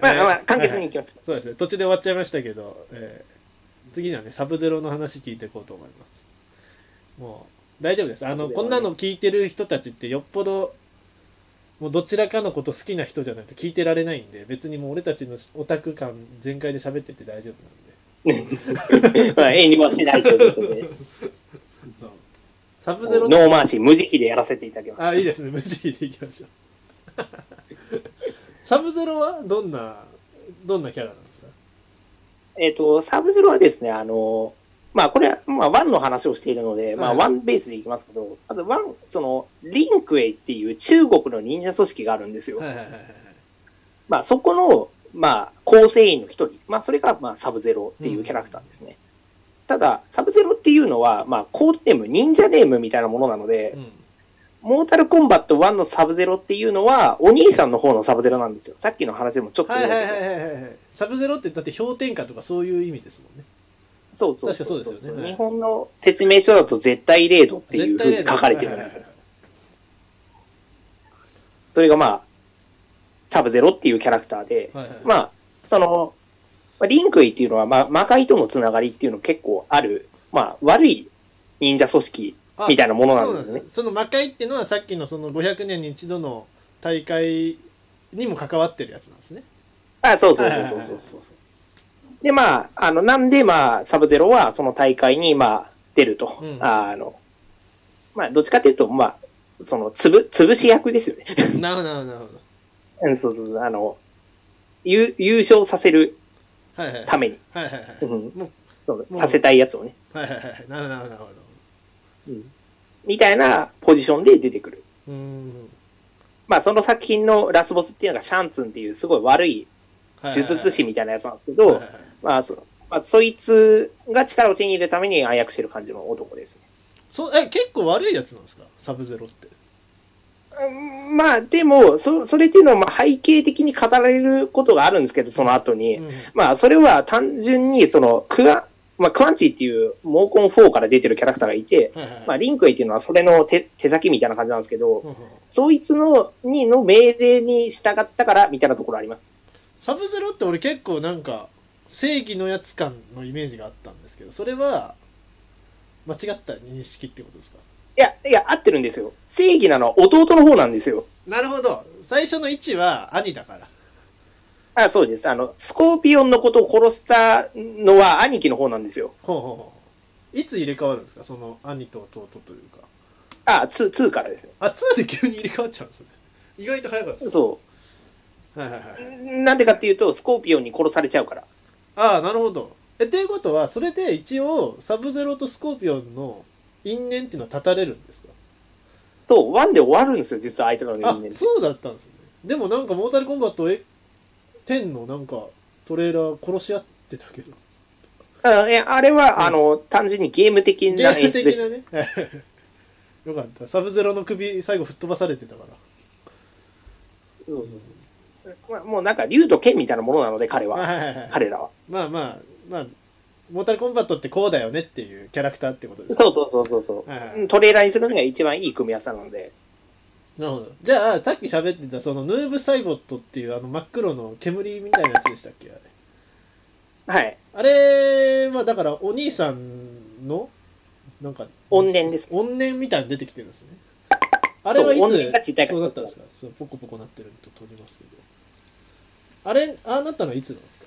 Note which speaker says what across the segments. Speaker 1: まあまあ、簡潔にいきます。
Speaker 2: そうですね途中で終わっちゃいましたけど、えー次にはねサブゼロの話聞いていこうと思いますもう大丈夫ですあのこんなの聞いてる人たちってよっぽどもうどちらかのこと好きな人じゃないと聞いてられないんで別にもう俺たちのオタク感全開で喋ってて大丈夫なんで
Speaker 1: まあ、遠慮はしないということ で。
Speaker 2: そうサブゼロ
Speaker 1: ノ
Speaker 2: の
Speaker 1: ーマーシー無慈悲でやらせていただきます。
Speaker 2: あいいですね無慈悲でいきましょう サブゼロはどんなどんなキャラなんですか
Speaker 1: えっ、と、サブゼロはですね、あの、まあ、これは、まあ、ワンの話をしているので、まあ、
Speaker 2: はい
Speaker 1: ワンベースでいきますけど、まずワン、その、リンクエイっていう中国の忍者組織があるんですよ。
Speaker 2: はいはいはいはいはい
Speaker 1: まあ、そこの、まあ、構成員の一人、まあ、それが、まあ、サブゼロっていうキャラクターですね。ただ、サブゼロっていうのは、まあ、コードネーム、忍者ネームみたいなものなので、
Speaker 2: うん
Speaker 1: モータルコンバット1のサブゼロっていうのは、お兄さんの方のサブゼロなんですよ。さっきの話でもちょっと
Speaker 2: は
Speaker 1: 出た
Speaker 2: い
Speaker 1: けど
Speaker 2: はいはいはいはい。サブゼロってだって氷点下とかそういう意味ですもんね。
Speaker 1: そうそう
Speaker 2: 確かそうですよねはい
Speaker 1: 日本の説明書だと絶対零度っていうふうに書かれてる
Speaker 2: は
Speaker 1: ん
Speaker 2: いは
Speaker 1: だ
Speaker 2: い
Speaker 1: け
Speaker 2: は
Speaker 1: ど
Speaker 2: い
Speaker 1: それがまあ、サブゼロっていうキャラクターで、
Speaker 2: はいはい
Speaker 1: まあ、その、まあリンクイっていうのは、まあ、魔界とのつながりっていうの結構ある、まあ、悪い忍者組織
Speaker 2: あ
Speaker 1: みたいなものな
Speaker 2: そうんなんです
Speaker 1: で
Speaker 2: す
Speaker 1: ね
Speaker 2: ね。。その魔界っていうのはさっきのその500年に一度の大会にも関わってるやつなん ですね。
Speaker 1: あ、そうそう
Speaker 2: はいはい
Speaker 1: そ
Speaker 2: は
Speaker 1: う
Speaker 2: い
Speaker 1: そうそうそう。で、まあ、あの、なんで、まあ、サブゼロはその大会に、まあ、出ると。
Speaker 2: うん
Speaker 1: あの、まあ、どっちかっていうと、まあ、その、つぶ、潰し役ですよね。
Speaker 2: なるほどなるほどなるほど。
Speaker 1: うん、そうそうそう、あの、優優勝させる
Speaker 2: はいはい。
Speaker 1: た
Speaker 2: はい
Speaker 1: めに、
Speaker 2: はいは
Speaker 1: う
Speaker 2: い。
Speaker 1: ん
Speaker 2: もう
Speaker 1: そう
Speaker 2: もう
Speaker 1: させたいやつをね、
Speaker 2: はいはいはい。なるほどなるほどなるほど。
Speaker 1: うんみたいなポジションで出てくる。
Speaker 2: うーん。
Speaker 1: まあ、その作品のラスボスっていうのがシャンツンっていうすごい悪い
Speaker 2: はいはいはい
Speaker 1: 呪術師みたいなやつなんですけ
Speaker 2: はいは
Speaker 1: ど
Speaker 2: い、はい
Speaker 1: まあ、そまあ、そいつが力を手に入れるために暗躍してる感じの男ですね。
Speaker 2: そうえ結構悪いやつなんですかサブゼロって。
Speaker 1: うんまあ、でも、そ、それっていうのは、まあ、背景的に語られることがあるんですけど、その後に。
Speaker 2: うん
Speaker 1: まあ、それは単純に、その、クア、まあ、クアンチっていう猛根4から出てるキャラクターがいて、
Speaker 2: はいはい
Speaker 1: ま
Speaker 2: は
Speaker 1: あ、
Speaker 2: い
Speaker 1: リンクエイっていうのはそれの手手先みたいな感じなんですけど、
Speaker 2: ほうほう
Speaker 1: そいつの、にの命令に従ったから、みたいなところあります。
Speaker 2: サブゼロって俺結構なんか正義のやつ感のイメージがあったんですけどそれは間違った認識ってことですか
Speaker 1: いや、いや、合ってるんですよ。正義なのは弟の方なんですよ。
Speaker 2: なるほど最初の位置は兄だから
Speaker 1: あ、そうです。あの、スコーピオンのことを殺したのは兄貴の方なんですよ。
Speaker 2: ほうほうほういつ入れ替わるんですかその兄と弟というか
Speaker 1: あ、2、2からですね。
Speaker 2: あ2で急に入れ替わっちゃうんですね意外と早かっ
Speaker 1: そ
Speaker 2: たはいはいは
Speaker 1: う。
Speaker 2: い
Speaker 1: なんでかっていうと、スコーピオンに殺されちゃうから。
Speaker 2: ああなるほどえっていうことはそれで一応サブゼロとスコーピオンの因縁っていうのは断たれるんですか
Speaker 1: そう、1で終わるんですよ、実はあいつらの因
Speaker 2: あ
Speaker 1: 縁って
Speaker 2: そうだったんですねでもなんかモータルコンバットえ10のなんかトレーラー殺し合ってたけど
Speaker 1: うんいやあれは、
Speaker 2: うん
Speaker 1: あの、単純にゲーム的
Speaker 2: ゲ
Speaker 1: な
Speaker 2: ー
Speaker 1: 演
Speaker 2: ム
Speaker 1: 出で
Speaker 2: 的
Speaker 1: す。
Speaker 2: なね よかったサブゼロの首最後吹っ飛ばされてたから、
Speaker 1: うんまあもうなんか、竜と剣みたいなものなので、彼は。
Speaker 2: はいはいはい
Speaker 1: 彼らは。
Speaker 2: まあまあまあモータルコンバットってこうだよねっていうキャラクターってことですね
Speaker 1: そうそうそうそうそ
Speaker 2: はいは
Speaker 1: う。
Speaker 2: い
Speaker 1: トレーラーにするのが一番いい組み合わせなので。
Speaker 2: なるほどじゃあさっき喋ってたそのヌーブサイボットっていうあの真っ黒の煙みたいなやつでしたっけあれ
Speaker 1: はい。
Speaker 2: あれはだからお兄さんのなんか
Speaker 1: 怨念です
Speaker 2: 怨念みたいに出てきてるんですねあれはいつ
Speaker 1: 怨念がちっちゃいか
Speaker 2: そ
Speaker 1: ら
Speaker 2: うだったんですかそうポコポコなってると閉じますけどあれああなったのはいつなんですか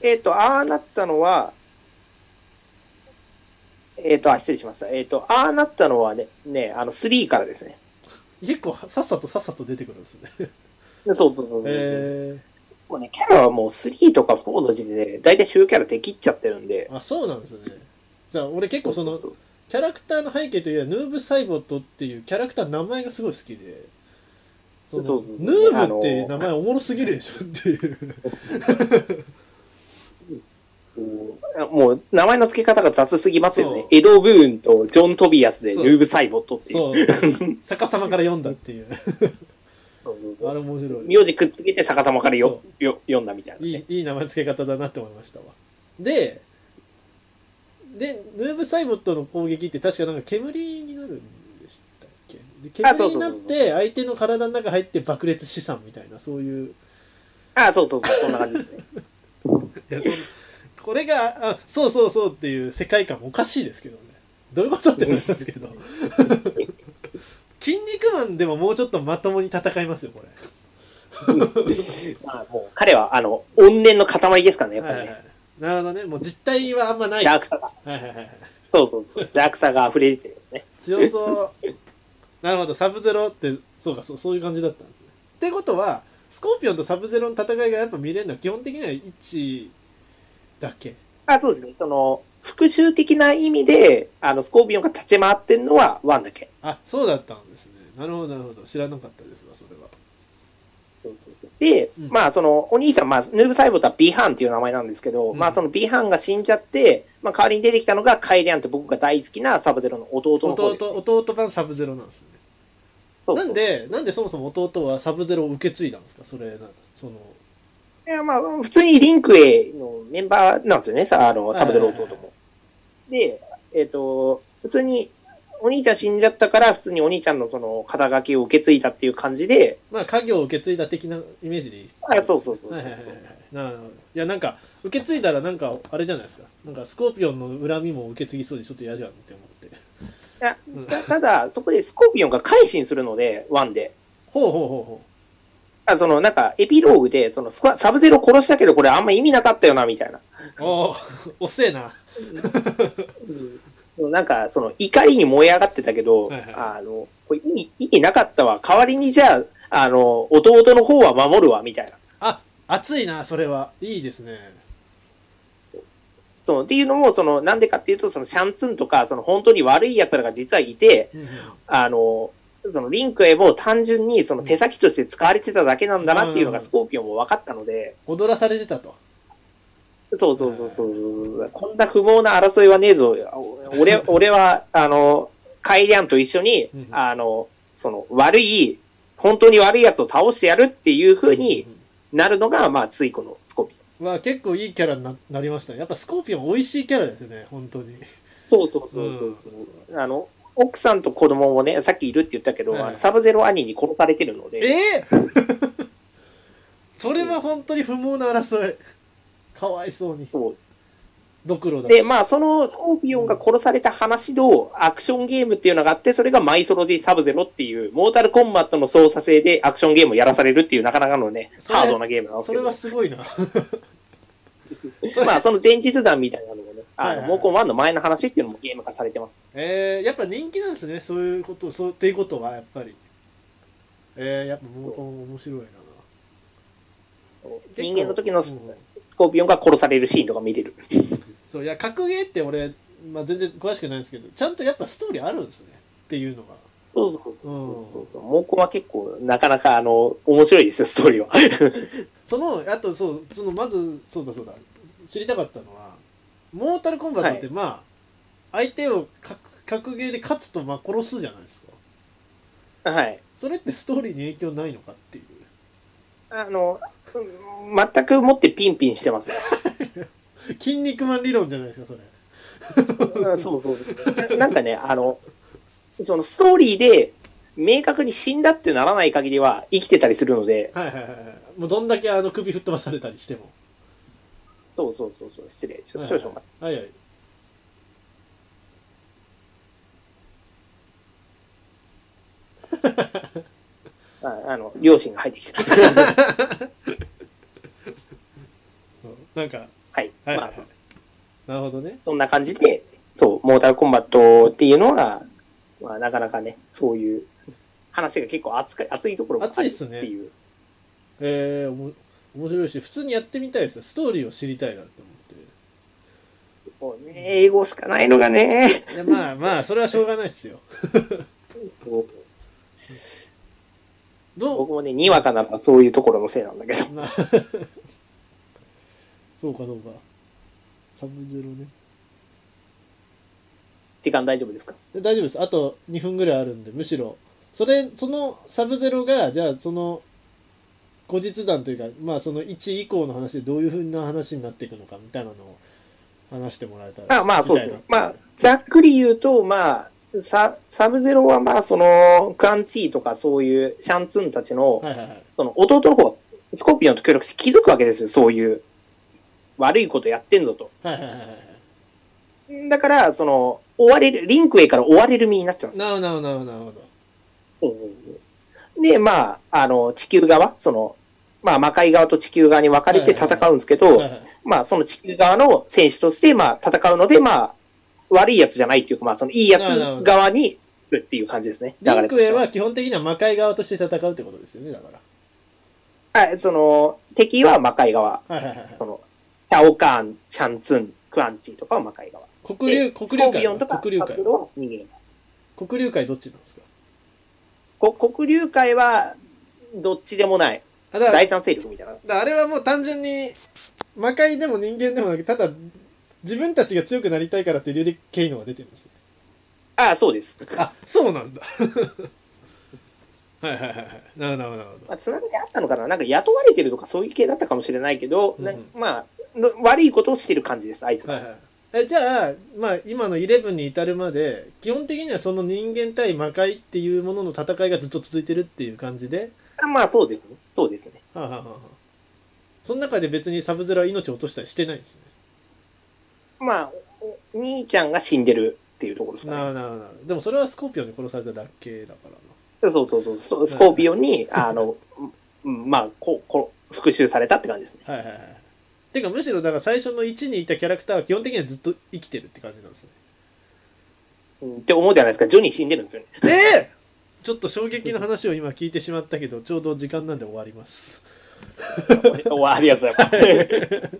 Speaker 1: えっ、と、ああなったのは、えっ、と、あ、失礼しました。えっ、と、ああなったのはね、ね、あの、3からですね。
Speaker 2: 結構さっさとさっさと出てくるんですね
Speaker 1: そうそうそうそう。
Speaker 2: へ
Speaker 1: もうね、キャラはもう3とか4の時点で、だいたい主要キャラできっちゃってるん
Speaker 2: え。
Speaker 1: で
Speaker 2: あそうなんですねじゃあ俺結構その
Speaker 1: そうそう
Speaker 2: キャラクターの背景というよりはヌーブサイボットっていうキャラクターの名前がすごい好きでその
Speaker 1: そうそうそう
Speaker 2: ヌーブっていう名前おもろすぎるでしょっていう
Speaker 1: そうもう、名前の付け方が雑すぎますよ
Speaker 2: そ
Speaker 1: ね
Speaker 2: う。
Speaker 1: エド・ブーンとジョン・トビアスで、
Speaker 2: そう
Speaker 1: ルーブ・サイボットっていう。
Speaker 2: そう逆さまから読んだっていう
Speaker 1: そうそう
Speaker 2: あ
Speaker 1: そう
Speaker 2: れ面白い
Speaker 1: 名字くっつけて逆さまからよよ読んだみたいないね、
Speaker 2: いいい名前付け方だなって思いましたわででヌーブサイボットの攻撃って確かなんか煙になるんでしたっけで
Speaker 1: あそう
Speaker 2: 煙に
Speaker 1: そ
Speaker 2: な
Speaker 1: うそう
Speaker 2: っ
Speaker 1: そう
Speaker 2: て相手の体の中入って爆裂資産みたいなそういう
Speaker 1: あ、そうそうそう、そんな感じですね。
Speaker 2: いやそんこれがあそうそうそうっていう世界観もおかしいですけどねどういうことってなります けど筋肉マンでももうちょっとまともに戦いますよこれ
Speaker 1: まあ、もう彼は、あの、怨念の塊ですからね、やっぱ
Speaker 2: はい
Speaker 1: り
Speaker 2: は
Speaker 1: ね。
Speaker 2: いはい、なるほどねもう実体はあんまない、
Speaker 1: 邪
Speaker 2: はい
Speaker 1: 悪さが。
Speaker 2: はいはいはい、
Speaker 1: そうそうそう。邪悪さが溢れてるよね。
Speaker 2: 強そうなるほどサブゼロってそうかそうそういう感じだったんですねってことはスコーピオンとサブゼロの戦いがやっぱ見れるのは基本的には1だけ
Speaker 1: あ、そうですね。その、復讐的な意味で、あの、スコーピオンが立ち回ってるのはワンだけ。
Speaker 2: あそうだったんですねなるほどなるほど知らなかったですわそれは
Speaker 1: で、
Speaker 2: うん
Speaker 1: まあ、その、お兄さん、まあ、ヌーブサイボーとはビーハンっていう名前なんですけど、
Speaker 2: うん
Speaker 1: まあ、そのビーハンが死んじゃって、まあ、代わりに出てきたのがカイリアンって僕が大好きなサブゼロの弟の方
Speaker 2: 弟
Speaker 1: です。
Speaker 2: 弟版サブゼロなんですね
Speaker 1: そうそう
Speaker 2: なんで、なんでそもそも弟はサブゼロを受け継いだんですかそれ、なその、
Speaker 1: いや、まあ、普通にリンクエのメンバーなんですよね、さあの、サブゼロ弟も。で、えっ、と、普通に、お兄ちゃん死んじゃったから、普通にお兄ちゃんのその、肩書きを受け継いだっていう感じで、
Speaker 2: まあ、家業を受け継いだ的なイメージでいいです
Speaker 1: あそうそうそうそう
Speaker 2: はいはいはいはいなるほどいや、なんか、受け継いだら、なんか、あれじゃないですか。なんか、スコーピオンの恨みも受け継ぎそうで、ちょっと嫌じゃんって思って。
Speaker 1: いや
Speaker 2: うん
Speaker 1: たただ、そこでスコーピオンが改心するので、ワンで。
Speaker 2: ほうほうほ
Speaker 1: あその、なんか、エピローグで、その、スコサブゼロ殺したけど、これあんま意味なかったよな、みたいな。
Speaker 2: うほう。おお、おっせえな。
Speaker 1: なんか、その、怒りに燃え上がってたけど、
Speaker 2: はいはい
Speaker 1: あの、これ意味、意味なかったわ。代わりに、じゃあ、あの、弟の方は守るわ、みたいな。
Speaker 2: 熱いな、それは。いいですね。
Speaker 1: そのっていうのも、その、なんでかっていうと、その、シャンツンとか、その、本当に悪い奴らが実はいて、
Speaker 2: うんうん
Speaker 1: あの、その、リンクエも単純に、その、手先として使われてただけなんだなっていうのが、
Speaker 2: うん
Speaker 1: スコーピオンも分かったので、
Speaker 2: 踊らされてたと。
Speaker 1: そうそうそうそうそうそう、こんな不毛な争いはねえぞ。 俺、俺は、あの、カイリアンと一緒に
Speaker 2: うん、
Speaker 1: あの、その、悪い、本当に悪い奴を倒してやるっていう風に
Speaker 2: うんうん
Speaker 1: なるのが、まあ、ついこのスコーピ
Speaker 2: う
Speaker 1: オン。
Speaker 2: ん。まあ、結構いいキャラにななりましたね。やっぱ、スコーピオン、美味しいキャラですね、本当に。
Speaker 1: そうそうそうそうそう、あの、奥さんと子供もね、さっきいるって言ったけど、
Speaker 2: はい
Speaker 1: あのサブゼロ兄に殺されてるので、
Speaker 2: えー それは本当に不毛な争いかわいそうに
Speaker 1: そ
Speaker 2: ドクロ
Speaker 1: う
Speaker 2: だし
Speaker 1: で、まあ、そのスコーピオンが殺された話のアクションゲームっていうのがあって、それがマイソロジーサブゼロっていう、モータルコンバットの操作性でアクションゲームをやらされるっていう、なかなかのね、
Speaker 2: それ
Speaker 1: ハードなゲームなんです
Speaker 2: そ
Speaker 1: け
Speaker 2: れ
Speaker 1: ど
Speaker 2: は、すごいな
Speaker 1: まあ、その前日談みたいなのもね、あ
Speaker 2: はいは
Speaker 1: の、
Speaker 2: い
Speaker 1: モーコン1の前の話っていうのもゲーム化されてます。
Speaker 2: えーやっぱ人気なんですねそういうことそうっていうことはやっぱりえー、やっぱもうこの面白いな
Speaker 1: 人間の時の
Speaker 2: う
Speaker 1: ス
Speaker 2: ん
Speaker 1: コーピオンが殺されるシーンとか見れる。
Speaker 2: そういや格ゲーって俺、まあ、全然詳しくないんですけどちゃんとやっぱストーリーあるんですねっていうのが
Speaker 1: そうそうそう
Speaker 2: うん
Speaker 1: そうそう。モーコンは結構、なかなか、あの、面白いですよ、ストーリーは。
Speaker 2: そのあとそうそのまずそうだそうだ知りたかったのはモータルコンバットって、まあ相手を格格ゲーで勝つとまあ殺すじゃないですか
Speaker 1: はい。
Speaker 2: それってストーリーに影響ないのかっていう
Speaker 1: あの、うん全くもってピンピンしてますね。
Speaker 2: 「筋肉マン理論」じゃないですかそれ
Speaker 1: うんそうそうそう。なんかね、あの、そのストーリーで、明確に死んだってならない限りは生きてたりするので、
Speaker 2: はいはいはいはいもうどんだけあの首吹っ飛ばされたりしても
Speaker 1: そうそうそう、そう失礼。ちょ
Speaker 2: はい
Speaker 1: 少
Speaker 2: はい
Speaker 1: 々お待ち
Speaker 2: はいはい
Speaker 1: ああの、両親が入ってき た。
Speaker 2: そうなんか
Speaker 1: はい。
Speaker 2: はい
Speaker 1: ま
Speaker 2: は
Speaker 1: あ
Speaker 2: い、はいなるほどね
Speaker 1: そんな感じで、そう、モータルコンバットっていうのが、まあ、なかなかね、そういう話が結構熱か熱いところもある
Speaker 2: 熱いっすね
Speaker 1: っていう。
Speaker 2: えー、おも面白いし普通にやってみたいですよストーリーを知りたいなって思って。
Speaker 1: もうね、英語しかないのがね。
Speaker 2: いやまあまあそれはしょうがないですよ
Speaker 1: そう
Speaker 2: どう
Speaker 1: 僕もね、にわかなのはそういうところのせいなんだけど。
Speaker 2: なそうかそうかサブゼロね
Speaker 1: 時間大丈夫ですか
Speaker 2: で大丈夫ですあと2分ぐらいあるんでむしろそれそのサブゼロがじゃあその後日談というかまあその1以降の話でどういうふうな話になっていくのかみたいなのを話してもらえたら
Speaker 1: あまあそうです
Speaker 2: 聞
Speaker 1: ね
Speaker 2: き。たい
Speaker 1: ま
Speaker 2: な
Speaker 1: あ、ざっくり言うと、まあ、ササブゼロはまあ、その、クアンチーとかそういうシャンツンたちの、
Speaker 2: はいはいはい
Speaker 1: その弟の方はスコーピオンと協力して気づくわけですよ、そういう。悪いことやってんぞと。
Speaker 2: はいはいはいはい。
Speaker 1: だから、その、追われる、リンクウェイから追われる身になっちゃうんです
Speaker 2: なるほど、なるほど、なるほど。
Speaker 1: そうそうそう。で、まあ、あの、地球側、その、まあ、魔界側と地球側に分かれて戦うんですけど、
Speaker 2: はいはい
Speaker 1: まあ、その地球側の選手として、まあ、戦うので、まあ、悪いやつじゃないっていうか、まあ、その、いいや
Speaker 2: なるほど
Speaker 1: つ側に、っていう感じですね。
Speaker 2: リンクウェイ
Speaker 1: だ
Speaker 2: は基本的には魔界側として戦うってことですよね、だから。
Speaker 1: からはい、その、敵は魔界側。
Speaker 2: はいはいはいはい。
Speaker 1: その、シャオカーン、シャンツン、クアンチとかは魔界側。
Speaker 2: 黒竜、
Speaker 1: で
Speaker 2: 黒
Speaker 1: スコ
Speaker 2: 竜
Speaker 1: ーピオン
Speaker 2: 会
Speaker 1: とか
Speaker 2: は、
Speaker 1: パ
Speaker 2: 黒竜
Speaker 1: ブ
Speaker 2: 会。
Speaker 1: ロは逃げる。
Speaker 2: 黒竜会どっちなんですか
Speaker 1: こ黒竜会は、どっちでもない。
Speaker 2: あ、だから、だ
Speaker 1: 第三勢力みたいな。
Speaker 2: からあれはもう単純に、魔界でも人間でもなく、ただ、自分たちが強くなりたいからっていう理由でケイノが出てるんですね。
Speaker 1: ああ、そうです。
Speaker 2: あ、そうなんだ。はいはいはいはい。なるほど、なるほどなるほど。
Speaker 1: まあ、つながりあったのかななんか雇われてるとかそういう系だったかもしれないけど、
Speaker 2: うん
Speaker 1: なまあ、の悪いことをしてる感じです、あいつが。
Speaker 2: はいはい、えじゃあ、まあ、今の11に至るまで基本的にはその人間対魔界っていうものの戦いがずっと続いてるっていう感じで、
Speaker 1: あまあ、そうですね。そうですね。
Speaker 2: はあ、はあはあ、その中で別にサブゼロは命を落としたりしてないんです
Speaker 1: まあ、お兄ちゃんが死んでるっていうところです
Speaker 2: ね。
Speaker 1: か
Speaker 2: な
Speaker 1: ね。
Speaker 2: あなあなあでもそれはスコーピオンに殺されただけだからな。
Speaker 1: そうそうそうそう。スコーピオンに、あの、うんまあ、こう、こう、復讐されたって感じですね。
Speaker 2: はいはいはい。てかむしろだから最初の1にいたキャラクターは基本的にはずっと生きてるって感じなん ですね。
Speaker 1: うんって思うじゃないですか。ジョニー死んでるんですよね。
Speaker 2: ええちょっと衝撃の話を今聞いてしまったけど、ちょうど時間なんで終わります。
Speaker 1: 終わりやつだから。